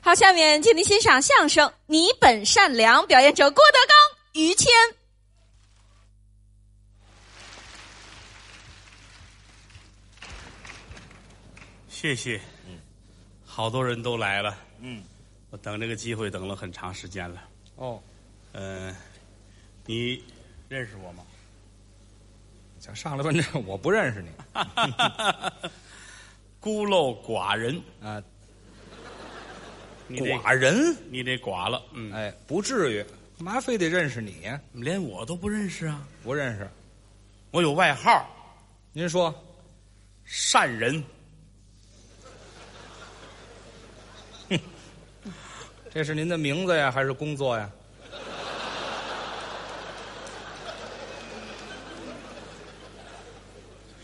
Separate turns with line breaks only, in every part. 好，下面请您欣赏相声《你本善良》，表演者郭德纲、于谦。
谢谢，好多人都来了，
嗯，
我等这个机会等了很长时间了。
哦，
嗯、你认识我吗？
想上来问这，我不认识你
孤陋寡人，
啊，
你得
寡人，
你得寡了，嗯，
哎，不至于，干嘛非得认识你呀？
连我都不认识啊。
不认识，
我有外号，
您说
善人，
这是您的名字呀，还是工作呀？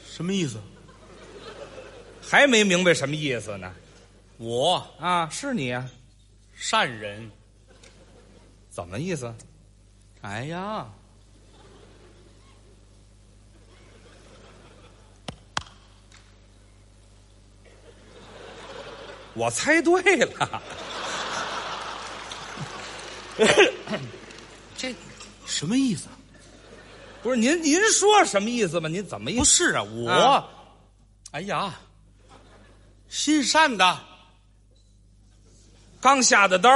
什么意思？
还没明白什么意思呢？
我
啊，是你呀？
善人。
怎么意思？
哎呀，
我猜对了，
这什么意思啊？
不是您您说什么意思吗？您怎么意
不
思？
是啊，我，
啊
哎呀，心善的，
刚下的刀，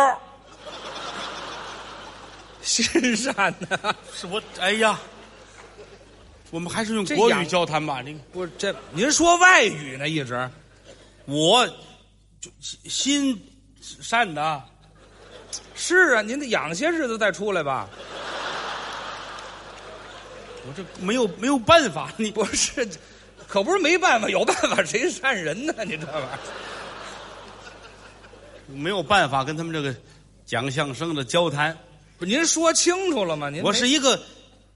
心善呐。
是我，哎呀，我们还是用
这
国语
养
交谈吧。这个
不是这，您说外语呢？一直
我就心善的，
是啊，您得养些日子再出来吧。
我这没有没有办法，你
不是，可不是没办法，有办法谁善人呢？你这玩意儿，
没有办法跟他们这个讲相声的交谈。
不是您说清楚了吗？您没
我是一个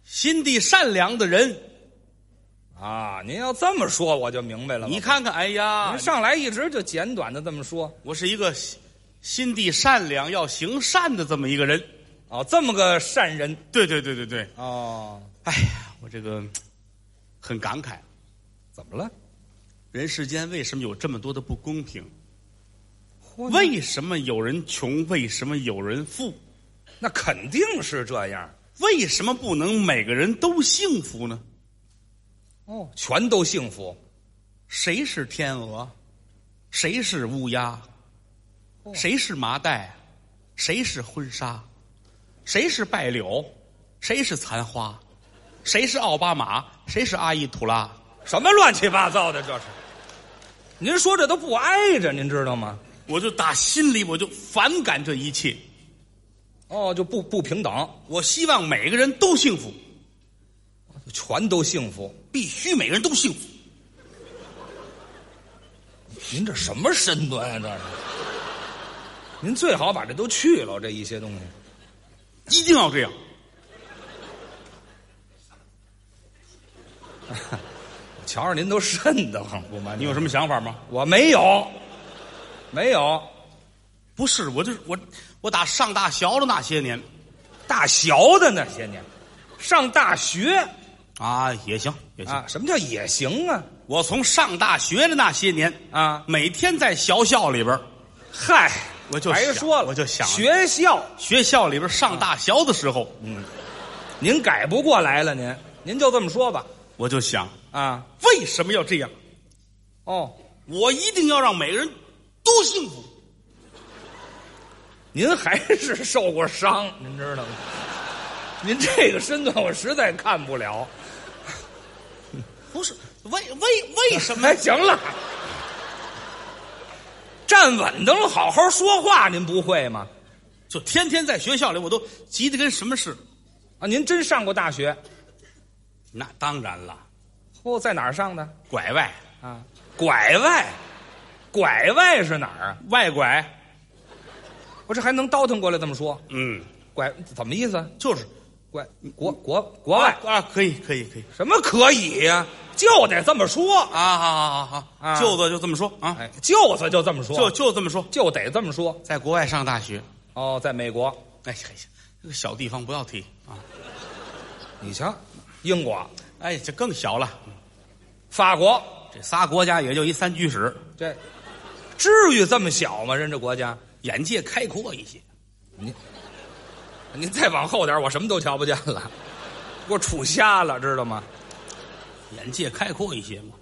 心地善良的人，
啊，您要这么说我就明白了。
你，看看，哎呀
您，上来一直就简短的这么说，
我是一个心心地善良、要行善的这么一个人。
哦，这么个善人
对对对对对，
哦，
哎呀，我这个很感慨，
怎么了？
人世间为什么有这么多的不公平？
嚯
为什么有人穷？为什么有人富？
那肯定是这样
为什么不能每个人都幸福呢？
哦，全都幸福
谁是天鹅？谁是乌鸦？谁是麻袋？谁是婚纱？谁是败柳？谁是残花？谁是奥巴马？谁是阿依图拉？
什么乱七八糟的这是？您说这都不挨着，您知道吗？
我就打心里我就反感这一切。
哦，就不不平等，
我希望每个人都幸福，
全都幸福。
必须每个人都幸福。
您这什么身段啊？这是？您最好把这都去了，这一些东西。
一定要这样。
瞧着您都瘆得慌，不瞒
你有什么想法吗？
我没有，没有。
不是，我就是我，我打上大学的那些年
大学的那些年，上大学
啊，也行也行。
啊，什么叫也行啊？
我从上大学的那些年
啊
每天在学校里边儿，
嗨，
我就
白
想
说了，
我就想了
学校，
学校里边儿上大学的时候，
您改不过来了，您您就这么说吧
我就想，
啊。
为什么要这样？
哦，
我一定要让每个人都幸福。
您还是受过伤，您知道吗？您这个身段我实在看不了。
不是，为为为什么？
哎，行了，站稳当了，好好说话，您不会吗？
就天天在学校里，我都急得跟什么似的。
啊，您真上过大学？
那当然了，
哦，在哪儿上的？
拐外
啊，拐外，拐外是哪儿啊？
外拐，
我这还能倒腾过来这么说？
嗯，
拐怎么意思？
就是
拐国国国外、
啊，可以可以可以
什么可以呀、就得这么说，
啊，好好好好，
啊
舅子就这么说啊，
哎，就是就这么说，
就就这么说，
就得这么说。
在国外上大学。
哦，在美国，
哎呀，哎呀这个小地方不要提啊！
你瞧，英国、
哎呀，这更小了，
法国，
这仨国家也就一三居室，
这至于这么小吗？人这国家
眼界开阔一些。
您再往后点儿，我什么都瞧不见了，给我杵瞎了，知道吗？
眼界开阔一些嘛。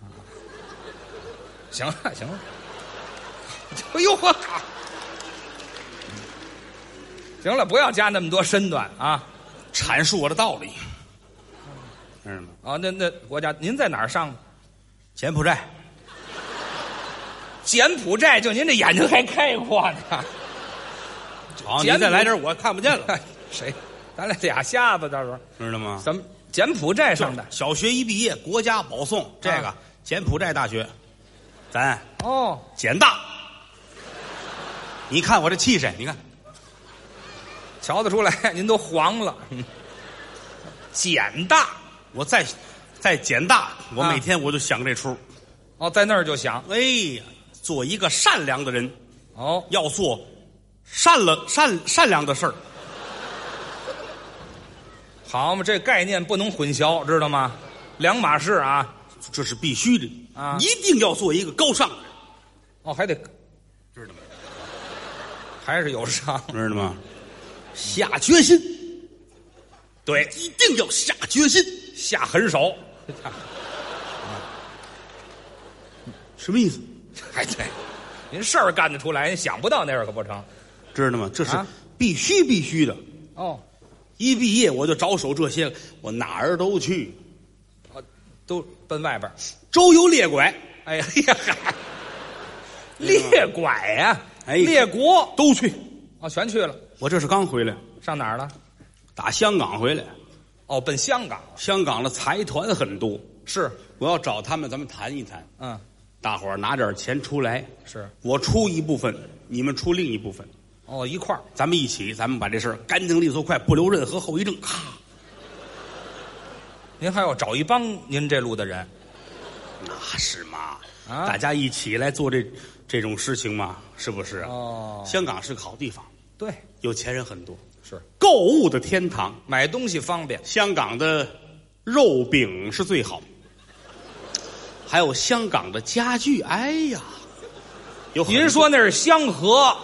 行了，行了。 哎呦我，行了，不要加那么多身段啊！
阐述我的道理，知道吗？
啊，那那国家，您在哪儿上？
柬埔寨，
柬埔寨，就您这眼睛还开阔呢。
好，你
柬埔
再来点儿，我看不见了，
谁？咱俩俩瞎子，到时候
知道吗？
咱们柬埔寨上的
小学一毕业，国家保送这个
啊
柬埔寨大学，咱
哦，
柬大。你看我这气势，你看
瞧得出来，您都黄了。柬大
我在在柬大，我
啊
每天我就想这出。
哦，在那儿就想
哎呀，做一个善良的人，
哦，
要做善了善善良的事儿。
好嘛，这概念不能混淆，知道吗？两码事啊。
这是必须的
啊
一定要做一个高尚的人，
哦，还得
知道吗？
还是有伤。
知道吗？下决心，
对，
一定要下决心，
下狠手。
什么意思？
哎，对，您事儿干得出来，您想不到那儿可不成。
知道吗？这是
啊
必须必须的。
哦，
一毕业我就着手这些了，我哪儿都去，
啊，都奔外边儿。
周游列拐
哎呀 呀，嗨列拐呀、
哎
列国
都去。
哦，全去了。
我这是刚回来，
上哪儿了？
打香港回来，
哦，奔香港了。
香港的财团很多，
是，
我要找他们，咱们谈一谈。
嗯，
大伙儿拿点钱出来，
是。
我出一部分，你们出另一部分，
哦，一块儿。
咱们一起，咱们把这事儿干净利索快，不留任何后遗症。咔，
您还要找一帮您这路的人。
那是嘛？
啊
大家一起来做这这种事情嘛，是不是？
哦，
香港是个好地方，
对，
有钱人很多，
是
购物的天堂。
买东西方便。
香港的肉饼是最好，还有香港的家具。哎呀，有很
您说那是香河，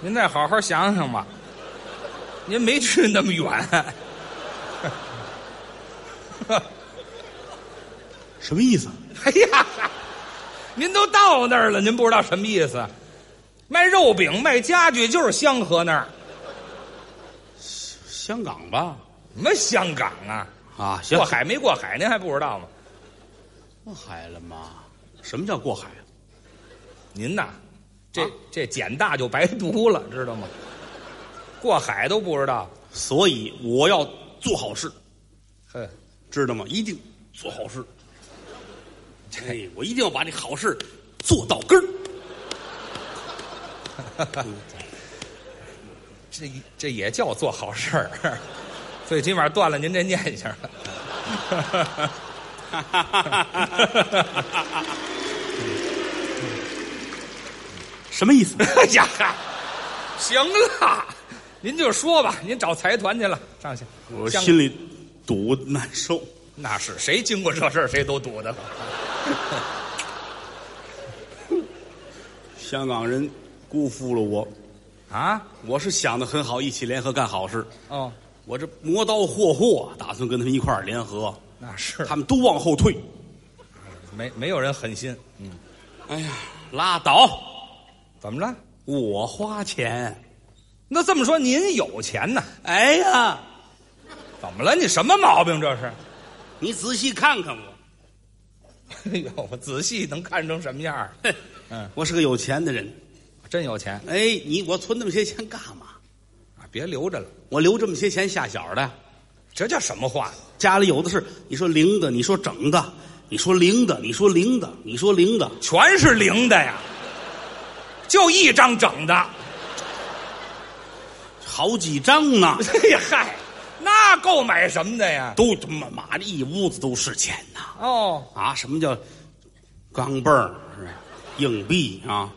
您再好好想想吧，您没去那么远， 哎
什么意思？
哎呀，您都到那儿了，您不知道什么意思？卖肉饼、卖家具就是香河那儿，
香港吧？
什么香港啊？
啊，行
过海没过海，您还不知道吗？
过海了吗？什么叫过海？
您呐，这、
啊
这简大就白读了，知道吗？过海都不知道，
所以我要做好事，
哼，
知道吗？一定做好事。哎，我一定要把这好事做到根儿。
这这也叫做好事儿，最起码断了您这念想了。
什么意思？
哎呀，行了，您就说吧，您找财团去了，上去。
我
香
心里堵难受。
那是谁经过这事儿谁都堵的了。
香港人辜负了我，
啊？
我是想的很好，一起联合干好事。
哦，
我这磨刀霍霍，打算跟他们一块儿联合，
那是
他们都往后退。
没没有人狠心，
哎呀，拉倒！
怎么了？
我花钱。
那这么说您有钱呢？
哎呀，
怎么了？你什么毛病这是？
你仔细看看我，
哎呦，我仔细能看成什么样儿？
哼
嗯，
我是个有钱的人。
真有钱
哎，你我存那么些钱干嘛？
啊！别留着了，
我留这么些钱下小的，
这叫什么话？
家里有的是。你说零的，你说整的，你说零的，你说零的，你说零的，
全是零的呀，就一张整的。 哎
好几张呢，
哎呀嗨，那够买什么的呀？
都他妈妈的一屋子都是钱呐。
哦，
啊，什么叫钢镚儿、是吧硬币啊、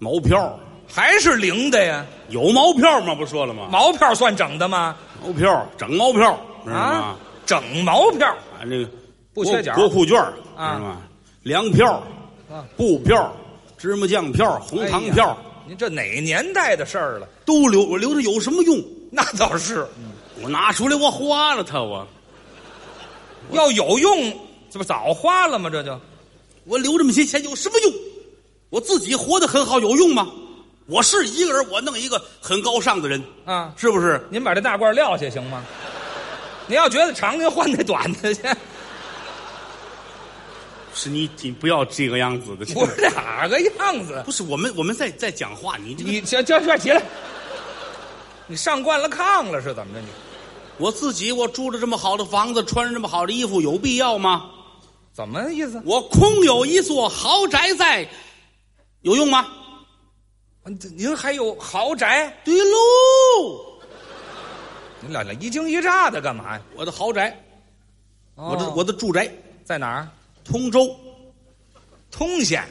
毛票？
还是零的呀？
有毛票吗？不说了吗？
毛票算整的吗？
啊
啊
毛票，整毛票，知道吗？
整毛票，
啊，那个
不缺角
国国库券儿
啊
知道吗？粮票
啊、
布票、芝麻酱票、红糖票、
哎呀您这哪年代的事儿了？
都留，我留着有什么用？
那倒是，
我拿出来，我花了它，我
要有用，这不早花了吗？这就
我留这么些钱有什么用？我自己活得很好，有用吗？我是一个人，我弄一个很高尚的人，
啊，
是不是？
您把这大褂撂下行吗？ 您要觉得长就换那短的去，
是你，你不要这个样子的，
不是哪个样子。
不是我们我们在在讲话，你这个
你这这这起来，你上惯了炕了是怎么着？你
我自己我住着这么好的房子，穿着这么好的衣服，有必要吗？
怎么意思？
我空有一座豪宅在，有用吗？
您还有豪宅？
对喽，
您俩俩一惊一乍的干嘛呀？
我的豪宅，我的
哦
我的住宅，
在哪儿？
通州，
通县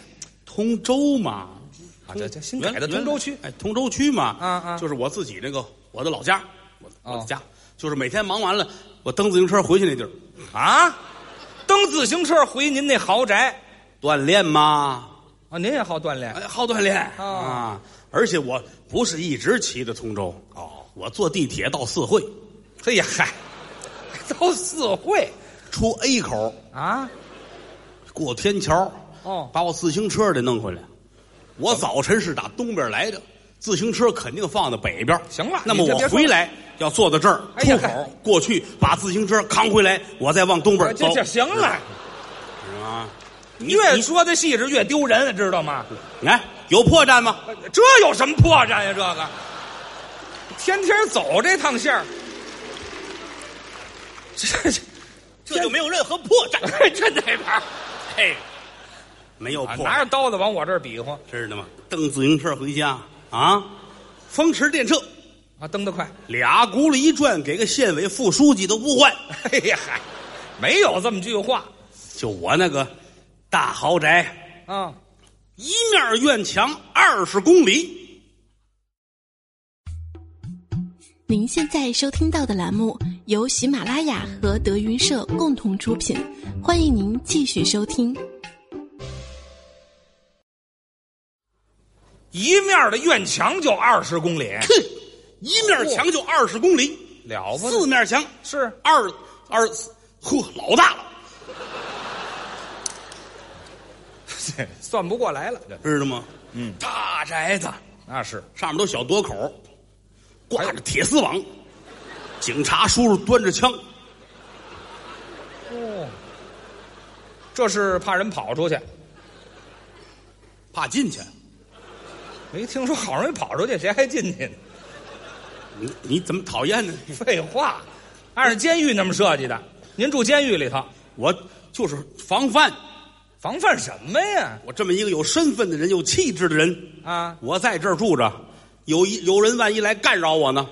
通州嘛，
啊，这这新
原
改的通州区
原来哎，通州区嘛，
啊啊
就是我自己那个我的老家，我的
哦
我的家，就是每天忙完了，我蹬自行车回去那地儿
啊，蹬自行车回您那豪宅
锻炼嘛，
啊，您也好锻炼
哎，好锻炼
哦
啊！而且我不是一直骑着通州哦，我坐地铁到四惠，
嘿呀嗨，都四会
出 A 口
啊，
过天桥，
哦
把我自行车得弄回来。我早晨是打东边来的，自行车肯定放在北边。
行了
那么
你就
我
别说
回来要坐到这儿
哎
出
呀
口过去，把自行车扛回来，我再往东边
哎这
走。
这行了，
啊！你
越
你
说的细致越丢人，知道吗？
你看哎有破绽吗？
这有什么破绽呀？这个天天走这趟线儿，这这
这就没有任何破 绽，
这这哪边儿？
嘿，没有
啊
哎破绽。
拿着刀子往我这儿比划
知道吗？蹬自行车回家啊，风驰电掣，
啊，蹬得快。
俩轱辘一转，给个县委副书记都不换。
哎呀，嗨，没有这么句话
就我那个大豪宅，
啊。
一面院墙二十公里，
您现在收听到的栏目由喜马拉雅和德云社共同出品，欢迎您继续收听。
一面的院墙就二十公里，
哼，一面墙就二十公里，
了不得
四面墙
是
二二四，呵，老大了，
算不过来了。
知道吗？嗯，大宅子
那是
上面都小垛口，挂着铁丝网，警察叔叔端着枪，
哦，这是怕人跑出去，
怕进去。
没听说好容易跑出去，谁还进去呢？
你你怎么讨厌呢？
废话，按照监狱那么设计的，您住监狱里头，
我就是防范，
防范什么呀？
我这么一个有身份的人、有气质的人，
啊，
我在这儿住着，有一有人万一来干扰我呢，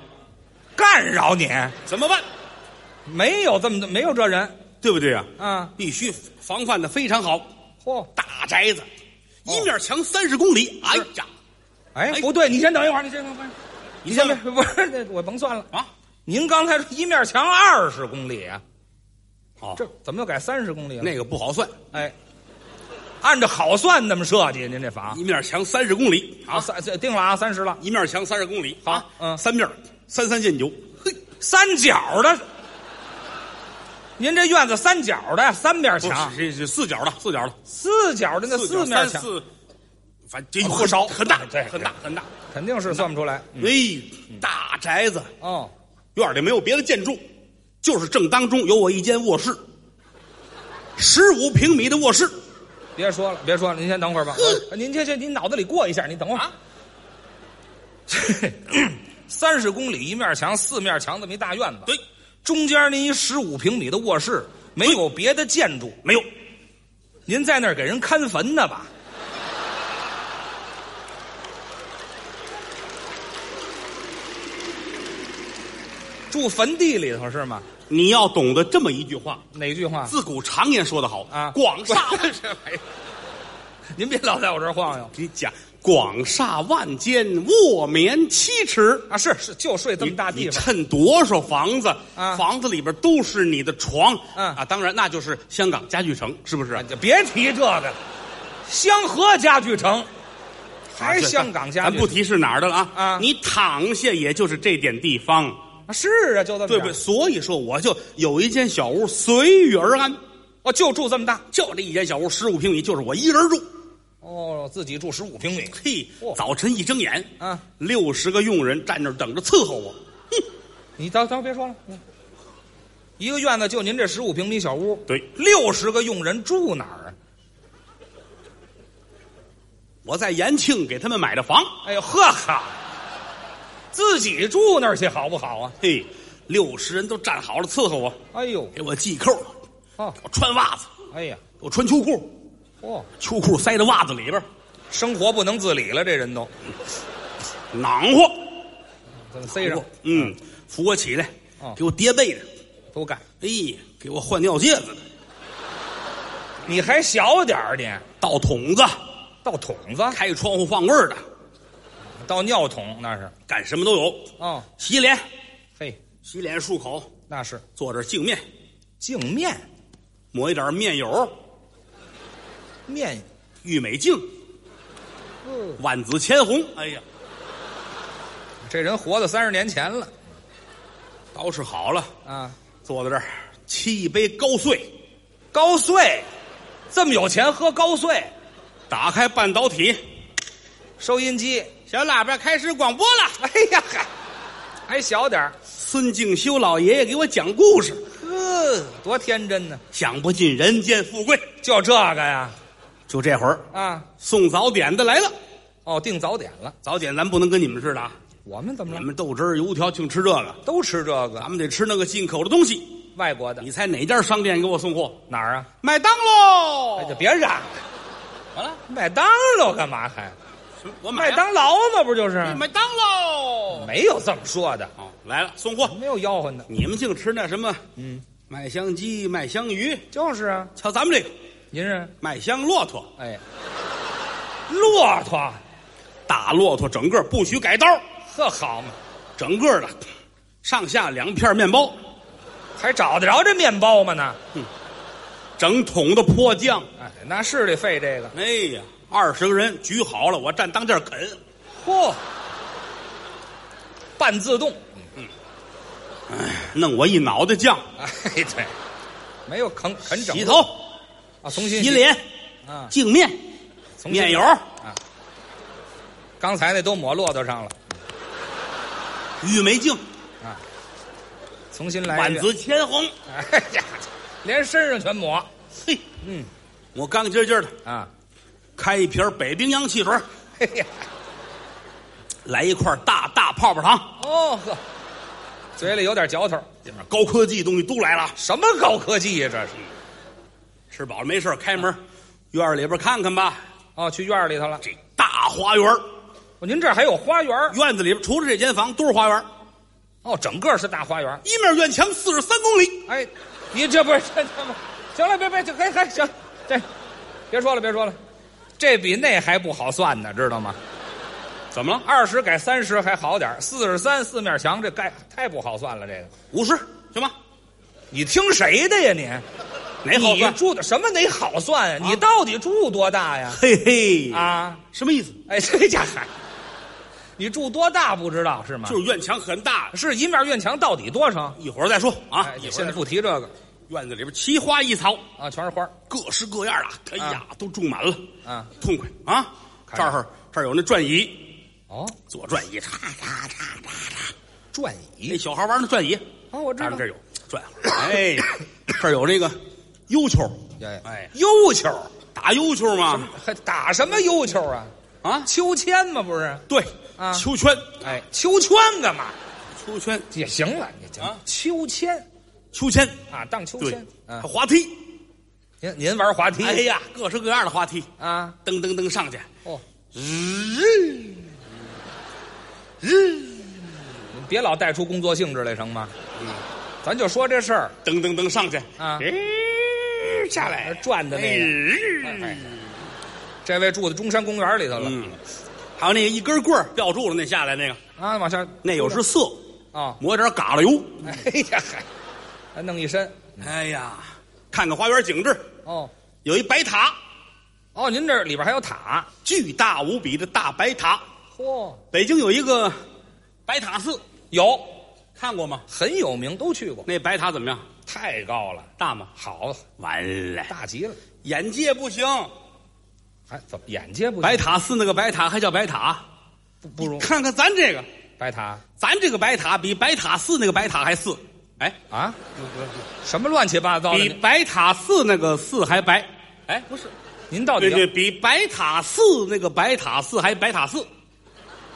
干扰你？
怎么办？
没有这么的，没有这人
对不对啊？
啊！
必须防范的非常好。
嚯、
大宅子，一面墙三十公里，哎呀，
哎
哎，
不对，你先等一会儿，你先等会儿，
你
你先别
算，
不是，那我甭算了。
啊，
您刚才说一面墙二十公里啊，
哦，
这怎么又改三十公里了？
那个不好算，
哎，按照好算那么设计，您这房
一面墙三十公里
啊，
啊，
三这定了啊，三十了，
一面墙三十公里
好
啊，
嗯
三面三三见九，嘿，
三角的。您这院子三角的呀，三面墙，
这是四角的，四角的，
四角的那四面
三
墙，
四，反正这
哦不少
很大，
对对嗯
很大，很大。
肯定是算不出来。
哎，大宅子，
哦，
院里没有别的建筑，就是正当中有我一间卧室，十五平米的卧室，
别说了，别说了，您先等会儿吧。我您这这，您脑子里过一下，您等会儿。三十公里一面墙，四面墙这么一大院子，
对，
中间您一十五平米的卧室，没有别的建筑，
没有，
您在那儿给人看坟呢吧？住坟地里头是吗？
你要懂得这么一句话，
哪句 话？
自古常言说得好
啊
广厦
不是您别老在我这儿晃悠。
你讲广厦万间，卧眠七尺。
啊，是是，就睡这么大
你
地方，
趁多少房子？
啊
房子里边都是你的床。
嗯
啊，当然那就是香港家具城，是不是？
就别提这个了。香河家具城，还
是
香港家
咱
具
不
城？
提是哪儿的了啊。
啊
你躺下也就是这点地方，
啊是啊，就这么
对
点
不对？？所以说，我就有一间小屋，随遇而安。
哦，就住这么大。
就这一间小屋，十五平米，就是我一人住。
哦，自己住十五平米，
嘿
嚯，
早晨一睁眼，
啊，
六十个佣人站那儿等着伺候我。
你倒倒别说了，嗯一个院子就您这十五平米小屋，
对，
六十个佣人住哪儿啊？
我在延庆给他们买的房，
哎呦呵哈，自己住那儿去好不好啊？
嘿，六十人都站好了伺候我，
哎呦，
给我系扣，
哦，
我穿袜子，
哎呀，
我穿秋裤，
哦，
秋裤塞到袜子里边，
生活不能自理了，这人都
暖和。
怎么塞上
嗯，扶我起来
哦，
给我叠被子，
都干？
哎，给我换尿介子的，
你还小点儿，你
倒桶子，
倒桶子，
开窗户放味儿的，
倒尿桶那是。
干什么都有。
哦，
洗脸，
嘿，
洗脸漱口，
那是
坐这儿镜面，
镜面
抹一点面油，
面，
玉美净，万紫千红。嗯哎呀，
这人活到三十年前了
捯饬好了，
啊，
坐在这儿沏一杯高碎，
高碎，这么有钱喝高碎，
打开半导体，
收音机，
小喇叭开始广播了。
哎呀嗨，还小点儿，
孙敬修老爷爷给我讲故事，
呵，多天真呢，
享不尽人间富贵。
就这个呀
就这会儿，
啊，
送早点的来了。
哦，订早点了，
早点咱不能跟你们似的啊，
我们怎么
你
了？
们豆汁儿、油条净吃这个，
都吃这个
咱们得吃那个进口的东西。
外国的
你猜哪家商店给我送货？
哪儿啊？
麦当
哎，
劳
就。别嚷了，
完了，
麦当劳干嘛还？
我买
麦
了
当劳嘛，不就是？
麦当劳。
没有这么说的，
哦，来了，送货。
没有吆喝的，
你们净吃那什么？嗯，麦香鸡、麦香鱼，
就是啊，
瞧咱们这个
您是
麦香骆驼，
哎，骆驼，
大骆驼整个不许改刀，
呵好嘛，
整个的上下两片面包，
还找得着这面包吗呢？
整桶的泼酱。
哎，那是得费这个，
哎呀，二十个人举好了，我站当间啃。
嚯、半自动，
弄我一脑袋酱，
哎对，没有啃啃整
洗头、
啊，重新
洗脸、
啊，
镜面、
重新
面油、
刚才那都抹骆驼上了，
玉梅净、
重新来一
万
遍，
紫千红。
哎呀，连身上全抹
嘿，嗯，我干干净净的
啊，
开一瓶北冰洋汽水，
哎呀，
来一块大大泡泡糖，
哦呵，嘴里有点嚼头，
里面高科技东西都来了啊。
什么高科技呀、这是？
吃饱了没事儿开门，院儿里边看看吧。
哦，去院儿里头了。
这大花园儿，
哦，您这儿还有花园儿
院子里边除了这间房都是花园儿，
哦，整个是大花园儿。
一面院墙四十三公里。
哎，你这不是这他妈行了，别别，这嘿嘿行，这别说了，别说了，这比那还不好算呢，知道吗？
怎么了？
二十改三十还好点儿，四十三四面墙这盖太不好算了，这个
五十行吗？
你听谁的呀你？
哪好
你
算？啊
住的什么哪好算呀、你到底住多大 呀？
嘿嘿，
啊，
什么意思？
哎，这家伙，你住多大不知道是吗？
就是院墙很大，
是一面院墙到底多长？
一会儿再说啊
哎，。
一会
现
儿再
在
说
不提这个
院子里边奇花异草，
啊，全是花儿
各式各样的，哎呀，都种满了，
啊，
痛快啊！
看
这
看
儿这儿有那转椅，
哦，
左转椅，嚓嚓嚓嚓嚓，
转
那
椅
小孩玩那转椅，
啊，我知
这
道
儿这儿有 转，哎，这儿有这个悠球，
哎
哎，
悠球，
打悠球嘛，
还 打什么悠球啊？
啊，
秋千嘛不是？
对，
啊
秋圈，
哎，秋圈干嘛？
秋圈，
也行了，也行
啊。
秋千
秋千，
啊，荡秋
对哦
千，
还
啊。嗯
滑梯，
您您玩滑梯？
哎呀，各式各样的滑梯，
啊，
噔噔噔上去，
哦，
日日，
您别老带出工作性质来成吗？咱就说这事儿
噔噔噔上去，
啊。
日下来
转的那个哎
日
哎这位住在中山公园里头了，
嗯，还有那个一根棍儿吊住了那下来那个，
啊，往下
那有时涩，
啊，
抹点嘎啦油。
哎呀嗨，还弄一身
哎呀，看看花园景致，
哦
有一白塔，
哦，您这里边还有塔，
巨大无比的大白塔。
嚯，
北京有一个白塔寺，
有
看过吗？
很有名，都去过，
那白塔怎么样？
太高了，
大吗？
好
完了，
大极了，
眼界不行。
还怎么眼界不行
白塔寺那个白塔还叫白塔，
不不如
看看咱这个，
白塔
咱这个白塔比白塔寺那个白塔还寺，哎，
啊？什么乱七八糟的
比？白塔寺那个寺还白。
哎，不是，您到底
对
要
对，比白塔寺那个白塔寺还白塔寺，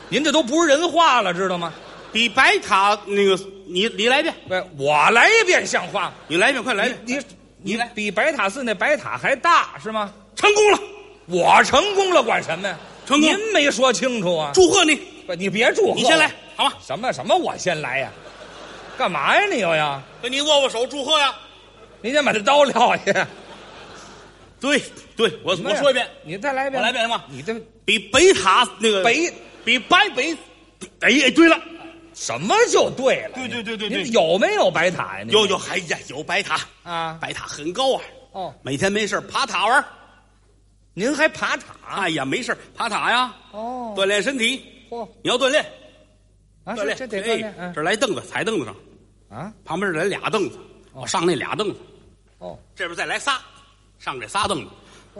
您这都不是人话了，知道吗？
比白塔那个你你来一遍，
喂，我来一遍像话吗？
你来一遍，快来一遍，
你你
你来
比白塔寺那白塔还大是吗？
成功了，
我成功了，管什么呀？
成功
您没说清楚啊！
祝贺你，
不你别祝贺，
你先来。好吗？
什么什么？我先来呀？干嘛呀？你又要？
跟你握握手祝贺呀。
您先把这刀撂下。
对对，我
什么
我
呀
说一遍，，
你再来一遍，
我来一遍行吗
你这
比北塔那个
北
比白北，哎哎，对了，
什么就对了？
对对
您
对对对
您有没有白塔呀？您
有有哎呀有白塔，
啊？
白塔很高啊，
哦，
每天没事儿爬塔玩儿，
您还爬塔？
哎呀没事儿爬塔呀，
哦，
锻炼身体，
嚯
你要锻炼
啊，
锻
是
炼，
这得
哎
锻炼嗯
这儿来凳子踩凳子上，
啊！
旁边儿来俩凳子，我上那俩凳子，
哦，
这边再来仨，上这仨凳子，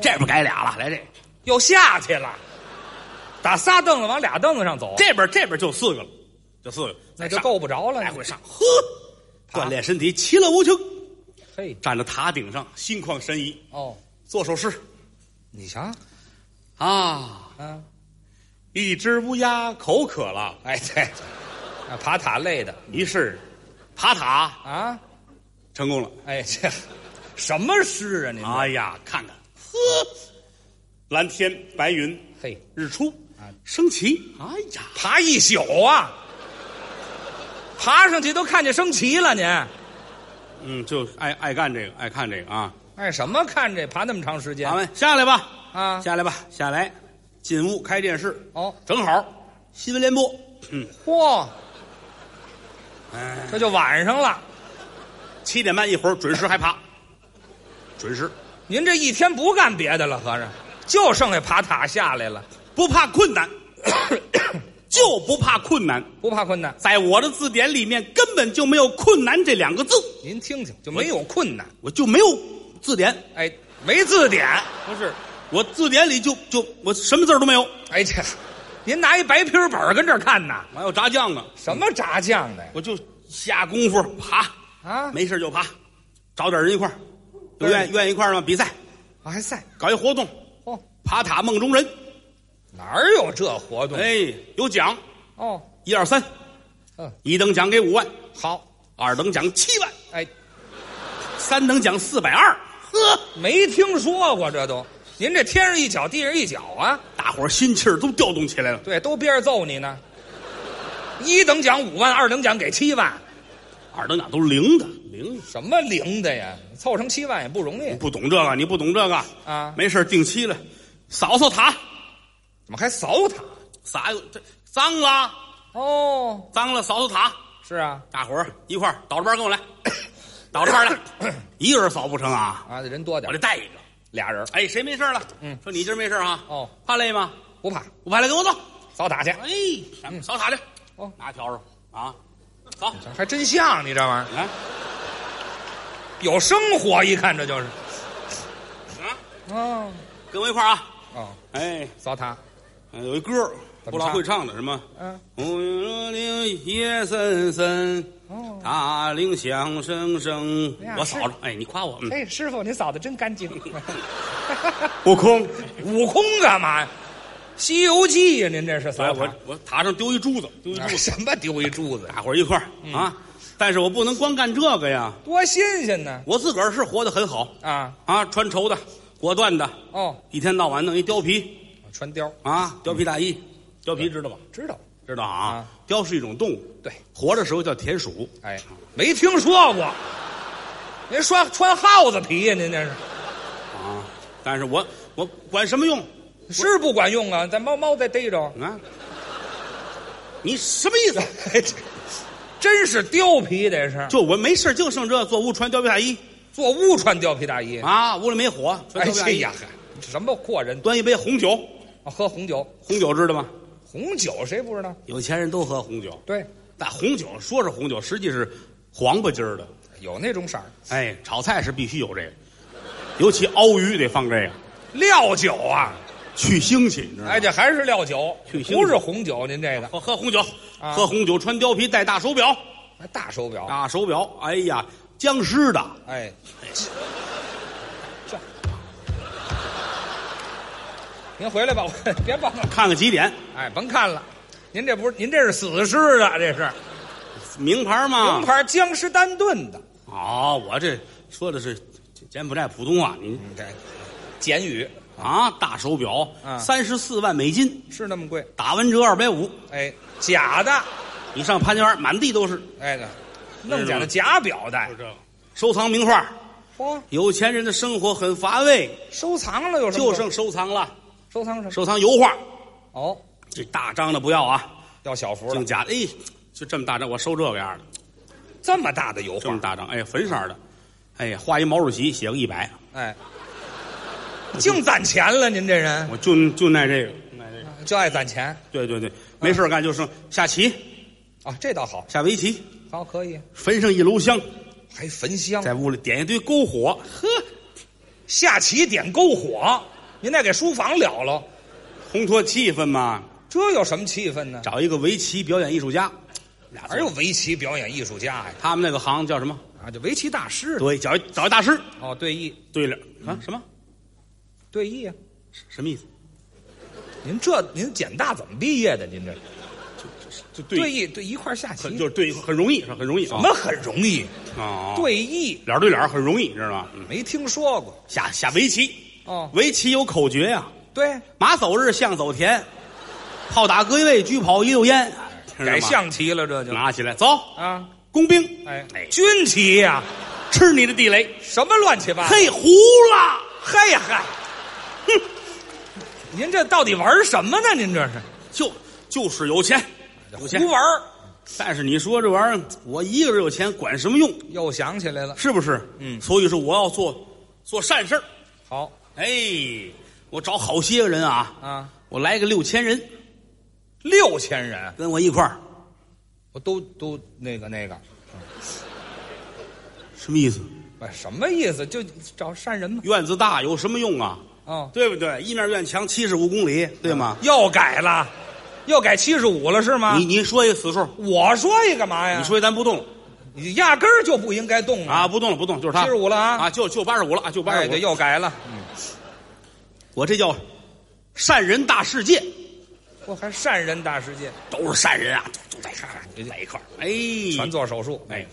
这边改俩了，来这
又下去了，打仨凳子往俩凳子上走，啊
这边这边就四个了，就四个，
那
再
就
上
够不着了。
来回上，呵，锻炼身体，其乐无穷。
嘿，
站在塔顶上，心旷神怡，
哦，
做首诗
你瞧，
啊。
啊，
一只乌鸦口渴了，
哎对，啊爬塔累的
于是爬塔
啊，
成功了。
哎这什么诗啊您？
哎呀，看看，呵，蓝天白云，
嘿，
日出
啊
升旗。哎呀，
爬一宿啊，爬上去都看见升旗了您。
嗯，就爱爱干这个，爱看这个啊。
哎，什么看这爬那么长时间
咱们下来吧，
啊
下来吧，下来，进屋开电视，
哦，
正好新闻联播，嗯，
嚯，这就晚上了。
七点半一会儿准时还爬，准时
您这一天不干别的了，合着就剩下爬塔下来了，
不怕困 难，就不怕困难，
不怕困难。
在我的字典里面根本就没有困难这两个字，
您听听，就没有困难。
我就没有字典，
哎，没字典，
不是，我字典里就就我什么字儿都没有，
哎这，您拿一白皮本儿跟这儿看呐？
我还有炸酱呢，啊
什么炸酱的呀？
我就下功夫爬，
啊，
没事就爬，找点人一块儿，有愿愿意一块儿吗？比赛
我还在。
搞一活动，
哦，
爬塔梦中人，
哪儿有这活动？
哎，有奖，
哦，
一二三，
嗯，
一等奖给五万，
好，
二等奖七万，
哎，
三等奖四百二，呵，
没听说过这都。您这天上一脚，地上一脚啊？
大伙儿心气儿都调动起来了。
对，都憋着揍你呢。一等奖五万，二等奖给七万，
二等奖都零的，零的，
什么零的呀？凑成七万也不容易
你不懂这个，你不懂这个
啊
没事儿定期了，扫扫塔，
怎么还扫塔？
撒有这脏了，
哦，
脏了扫扫塔，
是啊，
大伙儿一块儿倒着班儿跟我来，倒着班儿来，一个人扫不成啊，
啊，人多点
我得，
儿
带一个。
俩人
哎，谁没事儿了？
嗯
说你今儿没事儿啊？
哦，
怕累吗？
不怕，
不怕累，跟我走。
扫塔去。
哎，咱们扫塔去。
哦
拿笤帚啊，走。
还真像你这玩意
啊
儿，有生活，一看这就是。
啊，
哦，
跟我一块儿啊。
哦，
哎，
扫塔，
呃有一歌儿
怎
不
么唱
老会唱的，什么？
嗯，
红云落林夜深深，
哦，
大啊铃响声声
哎呀。
我扫着，哎，你夸我，嗯，
哎，师傅，您扫的真干净。
悟空，
悟空干嘛呀？《西游记》呀，您这是
来，
扫塔
我我塔上丢一珠子，哎丢一
啊
珠子，
什么丢一柱子呀？
大伙儿一块儿啊。但是我不能光干这个呀，
多新鲜呢！
我自个儿是活得很好
啊，
啊，穿绸的，果断的，
哦，
一天到晚弄一貂皮，
穿貂，
啊，貂皮大衣，貂皮知道吧？
知道？
知道嗯啊
啊。
貂是一种动物，
对，
活的时候叫田鼠，
哎，没听说过。您啊说穿耗子皮呀？您这是
啊，但是我我管什么用？
是不管用啊！咱猫猫再逮着，
啊，你什么意思？
哎 这真是貂皮得是，
就我没事净剩这，坐屋穿貂皮大衣
做屋穿貂皮大衣。
啊，屋里没火，穿
哎
貂皮大
这
衣
呀，，什么阔人？
端一杯红酒，
啊喝红酒，
红酒知道吗？
红酒谁不知道？
有钱人都喝红酒，
对，
但红酒说是红酒，实际是黄不筋儿的。
有那种色儿，
哎，炒菜是必须有这个，尤其熬鱼得放这个，
料酒啊！
去腥气，你知道吗？
哎，这还是料酒，
嗯去腥
不是红酒。您这个
喝喝红酒，
啊
喝红酒，穿貂皮，戴大手表，
还大手表，
大手表，哎呀，僵尸的，
哎，这您回来吧，我 别忘了。
看看几点，
哎，甭看了，您这不是您这是死尸啊，这是
名牌嘛，
名。牌僵尸丹顿的，
哦，我这说的是柬埔寨普通话，你
嗯这简语
啊，大手表
啊，
三十四万美金，
是那么贵，
打完折二百五，
哎，假的，
你上潘家园满地都是，
哎，弄假的假表带，
这收藏名画，
嚯，
有钱人的生活很乏味，
收藏了有什么
就
用？
剩收藏了，
收藏什么？
收藏油画，
哦，
这大张的不要啊，
要小幅了
净，假的，哎，就这么大张，我收这个样的。
这么大的油
这么
画，
大张，哎，粉色的，哎呀，画一毛主席，写个一百，
哎，净攒钱了，您这人
我就就爱这个，爱这个，
就爱攒钱
对对对，没事儿干就剩下棋、
啊，这倒好，
下围棋，
好可以，
焚上一炉香，
还焚香，
在屋里点一堆篝火，
下棋点篝火，您再给书房了了，
烘托气氛嘛。
这有什么气氛呢？
找一个围棋表演艺术家，俩字
哪有围棋表演艺术家呀？
他们那个行叫什么？
啊，这围棋大师。
对，找一找一大师。
哦，对弈，
对了啊，什么
对弈啊！
什么意思？
您这您简大怎么毕业的？您这
就对
对弈对一块儿下棋，
很就是对很容易，很容易。
什么很容易？
啊？
对弈
脸对脸很容易，知道吗？嗯
没听说过
下下围棋，
哦。
围棋有口诀呀、
对，
马走日，象走田，炮打归位，车跑一溜烟，知道吗
改象棋了，这就
拿起来走，
啊，
工兵，
哎
哎，
军棋呀、
吃你的地雷，
什么乱七八糟？
嘿，糊了，
嘿呀嗨， 您这到底玩什么呢？您这是
就就是有钱，有钱
胡。玩儿
但是你说这玩意儿，我一个人有钱管什么用？
又想起来了，
是不是？
嗯
所以说我要做做善事儿
好
哎，我找好些个人啊，
啊，
我来个六千人
六千人，
跟我一块儿，
我都都那个那个，
什么意思？
哎，什么意思？就找善人嘛。
院子大有什么用啊？
哦，
对不对？一面院墙七十五公里，对吗？
又改了，又改七十五了是吗？
你你说一个死数，
我说一干嘛呀？
你说一咱不动了
你压根儿就不应该动
啊，！不动了，不动了，就是他
75了啊
啊，就就八十五了啊，就八
哎，
十五
对，。又改了，
我这叫善人大世界，
我还善人大世界，
都是善人啊，都都在一块儿，都在一块儿。哎，
全做手术。
哎，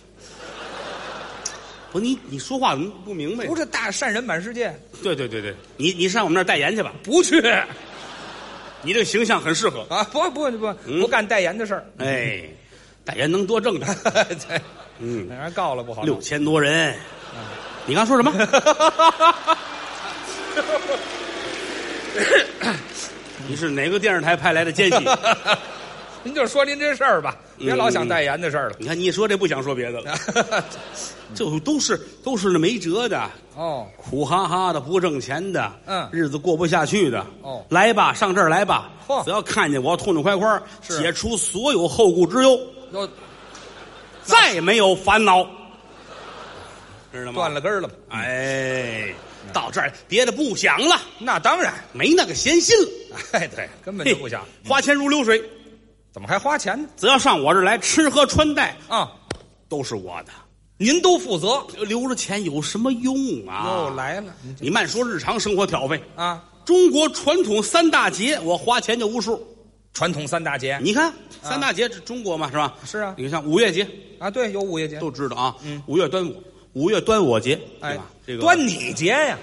不，你你说话怎么不明白？
哎不，是大善人满世界，
对对对对，你你上我们那儿代言去吧，
不去
你这个形象很适合。
啊！不不不
嗯
不干代言的 事儿，
哎，代言能多挣点儿。
对，
嗯，
让人告了不好。
六千多人，你刚 说什么？你是哪个电视台派来的奸细？
您就说您这事儿吧，
嗯
别老想代言的事儿 了。
你看你一说这不想说别的了，
啊
这都是都是那没辙的，
哦，
苦哈哈的，不挣钱的，
嗯
日子过不下去的。
哦
来吧，上这儿来吧，
嚯
只要看见我，痛痛快快，
是
解除所有后顾之忧，
又
再没有烦恼，知道吗？
断了。嗯根儿了。
哎，到这儿别的不想了，
那当然，
没那个闲心了，
哎，对，根本就不想
嘿。花钱如流水，
怎么还花钱呢？
只要上我这儿来，吃喝穿戴
啊，
都是我的。
您都负责。
留着钱有什么用啊？
又来了，您
你慢说日常生活挑费，
啊，
中国传统三大节，我花钱就无数。
传统三大节
你看三大节，这中国嘛是吧？
啊是啊
你像五月节
啊，对，有五月节，
都知道啊，五月端午，五月端我节，对
哎
吧？这，个
端你节呀，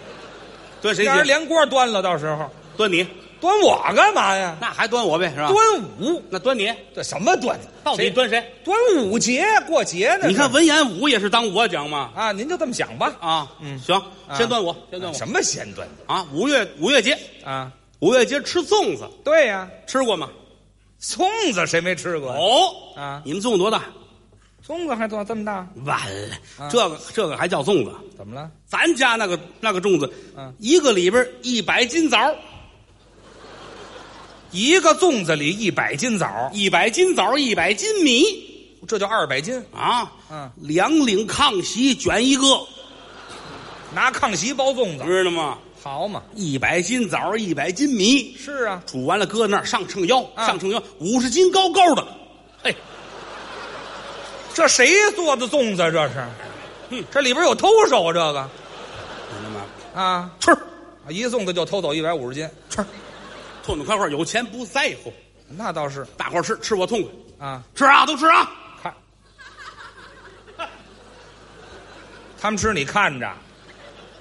端谁
让人
节？
连锅端了，到时候
端你，
端我干嘛呀？
那还端我呗是吧？
端午，
那端你，
这什么端？
到底
谁
端谁？
端午节过节呢？
你看
是
文言武也是当我讲嘛
啊，您就这么想吧。
啊，
嗯
行，
啊
先端我，先端我
什么先端
啊！五月五月节，
啊？
五月节吃粽子，
对呀、
吃过吗？
粽子谁没吃过？
哦
啊
你们粽子多大？
粽子还多这么大？
完了，
啊
这个这个还叫粽子？
怎么了？
咱家那个那个粽子，
嗯
一个里边一百斤枣儿，
一个粽子里一百斤枣，
一百斤枣儿，一百斤米
这就二百斤，
啊！
嗯
两领炕席卷一个，
拿炕席包粽子，
知道吗？
好嘛？
一百斤枣儿，一百斤米，
是啊，
煮完了搁那儿上秤腰，
啊
上秤腰五十斤高高的，嘿，
这谁做的粽子？啊这是，
嗯
这里边有偷手啊这个
知道吗？
啊，
吃，
一粽子就偷走一百五十斤，
痛痛快快，有钱不在乎，
那倒是
大伙儿吃，吃我痛快，
啊。
吃啊，都吃啊，
看，他们吃你看着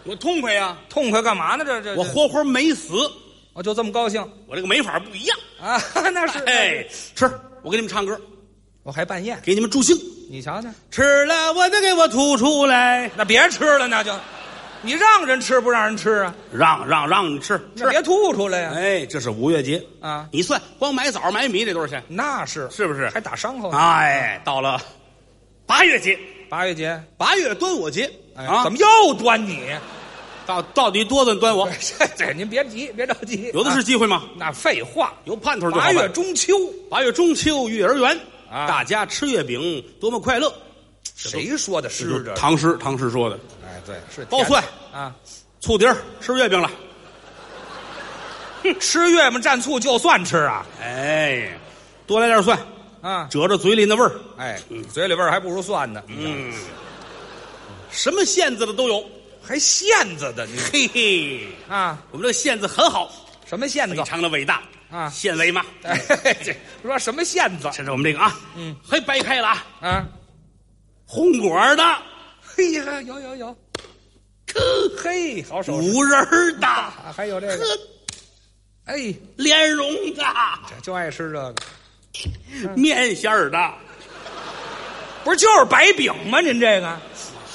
我痛快呀、
痛快干嘛呢？这这
我
这
活活没死，
我就这么高兴
我这个没法不一样。
啊！ 那是，
哎
那是，
吃，我给你们唱歌，
我还半夜，
给你们助兴。
你瞧瞧。
吃了我得给我吐出来，
那别吃了，那就，你让人吃不让人吃啊？
让让让你吃
那
吃。
别吐出来呀、
哎，这是五月节
啊
你算光买枣买米得多少钱？
那是
是不是
还打伤口呢。
哎，到了八月节，
八月节，
八月端午节
哎，
啊，哎
怎么又端你？
到到底多端端我？
这这，您别急，别着急，
有的是
啊
机会吗？
那废话。
有盼头就好
八
办
月中秋，
八月中秋月儿圆，
啊
大家吃月饼多么快乐！
谁说的
这
是
就
这？
唐诗唐诗说的，
哎，对，是
包蒜、
啊，
醋碟儿吃月饼了。
吃月饼蘸醋就蒜吃啊
哎，多来点蒜，
啊！
褶着嘴里那味儿。
哎，嘴里味儿还不如蒜呢，
嗯，什么馅子的都有。
还馅子的你
嘿嘿，
啊？哎
我们这个馅子很好，
什么馅
非
子？
常的伟大
啊
县委嘛，
哎，这说什么馅子
这是我们这个啊，
嗯，
嘿，掰开了啊，
啊？
红果儿的，
嘿呀，有有有，嘿，好手势
五仁儿的，
啊，还有这
呵，
个，哎，
莲蓉的，
就爱吃这个，嗯
面馅儿的，
不是就是白饼吗？您这个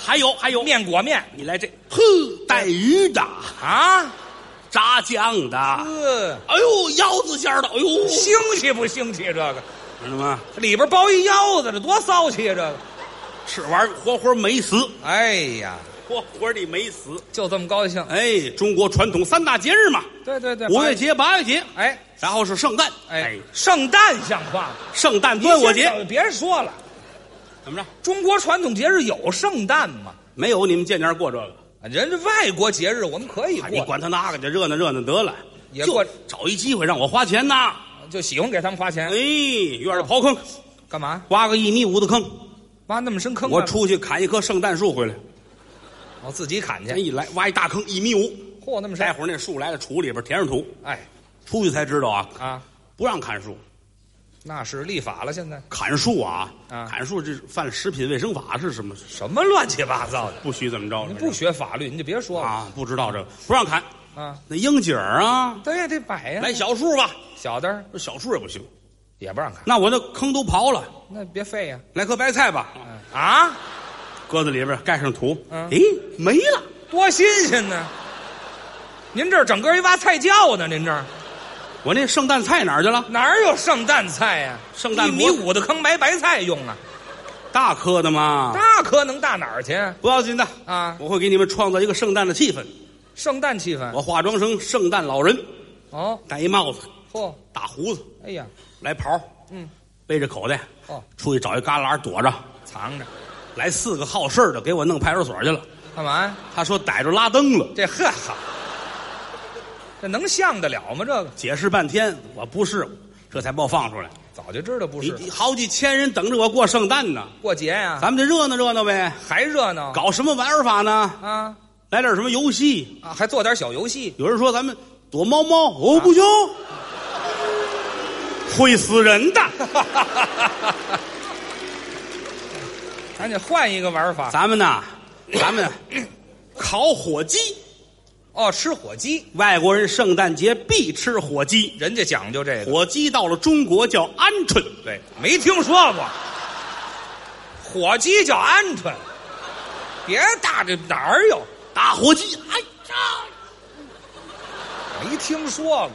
还有还有，
面裹面
你来这，呵，带鱼的，
啊，
炸酱的，
呃，
哎呦，腰子馅儿的，哎呦，
腥气不腥气？这个
知道吗？
里边包一腰子，这多骚气啊！这个，
吃完活活没死，
哎呀，
活活的没死。
就这么高兴，
哎，中国传统三大节日嘛，
对对对，
五月，节、八月节，
哎
然后是圣诞，
哎，，圣诞像话吗？
圣诞端午节
您先别说了，
怎么着？
中国传统节日有圣诞吗？
没有你们见面过这个，
人家外国节日我们可以
哎你
过，
管他那个去，热闹热闹得了，
也
就
过哎
找一机会让我花钱呐。
就喜欢给他们花
哎
钱，，
院里刨坑，
干嘛？
挖个一米五的坑，
挖那么深坑干
我
啊嘛，
出去砍一棵圣诞树回来，
我自己砍
人
去。
一来挖一大坑一米五，
嚯，那么
待
深！
会儿那树来了，杵里边填上土，
哎，
出去才知道啊，
啊，
不让砍树，
那是立法了，现在
砍树啊，
啊
砍树这犯食品卫生法是什么？
什么乱七八糟的？
不许怎么着？
你不学法律，你就别说了
啊？不知道这个不让砍，
啊！
那樱井儿啊，
对呀，得摆呀
来，小树吧，
小的儿
这小树也不行，
也不让砍，
那我那坑都刨了。
那别废呀！
来颗白菜吧，
啊，
搁在里边盖上土，
嗯
咦，没了，
多新鲜呢！您这儿整个一挖菜窖呢，您这儿
我那圣诞菜哪儿去了？
哪儿有圣诞菜呀？
圣诞
一
不
米五的坑埋白菜用啊，
大颗的嘛，
大颗能大哪儿去？
不要紧的
啊
我会给你们创造一个圣诞的气氛。
圣诞气氛
我化妆成圣诞老人，
哦，
戴一帽子，
嚯，
大胡子，
哎呀，
来袍，
嗯，
背着口袋，
哦，
出去找一旮旯躲着。
藏着
来四个好事儿的给我弄派出所去了。
干嘛呀？
他说逮着拉登了，
这呵好，这能像得了吗？这个
解释半天我不是，这才把我放出来。
早就知道不
你
是啊
你好几千人等着我过圣诞呢，
过节呀、
咱们就热闹热闹呗。
还热闹
搞什么玩法呢？
啊
来点什么游戏？
啊，还做点小游戏，
有人说咱们躲猫猫，
啊
哦不行，会死人的。
咱得换一个玩法。
咱们呐，咱们烤火鸡，
哦，吃火鸡，
外国人圣诞节必吃火鸡。
人家讲究这个，
火鸡到了中国叫鹌鹑，
对，没听说过。火鸡叫鹌鹑，别大这哪儿有？
打火机，哎呀，
没听说过。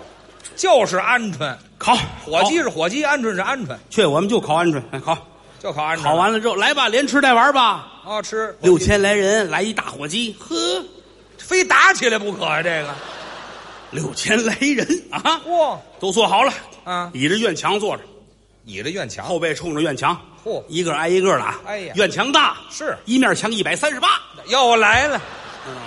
就是鹌鹑，
烤
火鸡
烤
啊是火鸡，鹌鹑是鹌鹑，
去我们就烤鹌鹑，哎烤
就烤鹌鹑。
烤完了之后来吧，连吃带玩吧，
啊，吃
六，千来人来一大火鸡，呵，
非打起来不可啊！这个
六千来人啊，
哇，
都做好了
啊
倚着院墙坐着，
倚着院墙
后背冲着院墙，
嚯
一个挨一个的啊，
哎呀
院墙大
是
一面墙一百三十八，
又来了，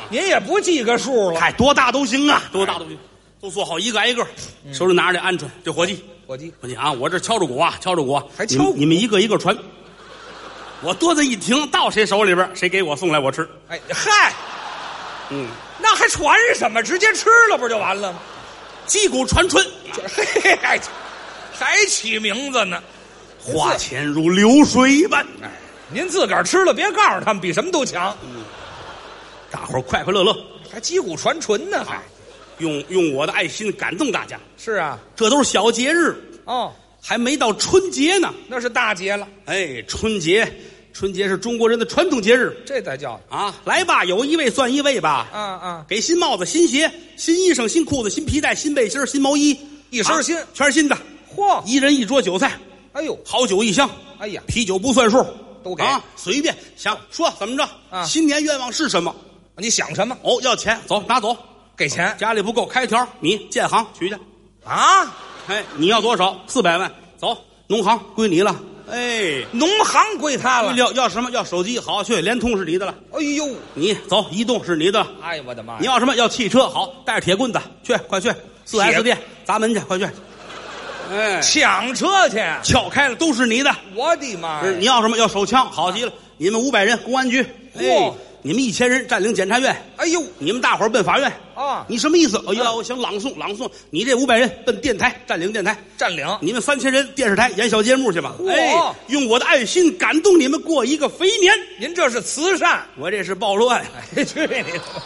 您也不记个数了。
嗨，多大都行
哎
啊，多大都行，都做好一个挨一个，手里拿着这鹌鹑，这火鸡，
火鸡
我你啊，我这敲着鼓啊，敲着鼓啊，
还
你们
敲鼓
你们一个一个传。我哆子一听，到谁手里边儿，谁给我送来我吃。
哎嗨，
嗯，
那还传什么？直接吃了不就完了吗？
击鼓传春，
嘿嘿，还还起名字呢？
花钱如流水一般。
哎，您自个儿吃了，别告诉他们，比什么都强。
大伙儿快快乐乐，
还击鼓传唇呢，还
用用我的爱心感动大家。
是啊，
这都是小节日，
哦，
还没到春节呢。
那是大节了，
哎，春节，春节是中国人的传统节日
这才叫
啊！来吧，有一位算一位吧。
啊啊，
给新帽子、新鞋、新衣裳、新裤子、新皮带、新背心儿、新毛衣，
一身新哦
啊全是新的。
嚯，
一人一桌韭菜，
哎呦，
好酒一箱，
哎呀
啤酒不算数，
都给
啊，随便想说怎么着。
啊
新年愿望是什么？
你想什么？
哦，要钱，走拿走，
给钱
家里不够开条，你建行取去。
啊？
哎，你要多少？四百万，走，农行归你了。哎，
农行归他了。
要要什么？要手机，好去，联通是你的了。
哎呦，
你走，移动是你的了。
哎呀，我的妈
你
呀！
要什么？要汽车，好，带着铁棍子去，快去，四 S
铁
店砸门去，快去。哎，
抢车去！
撬开了都是你的。
我的妈
是
呀！
你要什么？要手枪，好极了。你们五百人，公安局，哎
嚯，
你们一千人占领检察院，
哎呦，
你们大伙儿奔法院
啊
你什么意思？哎呀，我想朗诵朗诵。你这五百人奔电台占领电台，
占领
你们三千人电视台演小节目去吧。
嚯
哎，用我的爱心感动你们过一个肥年。
您这是慈善！
我这是暴乱。
哎，去你的吧！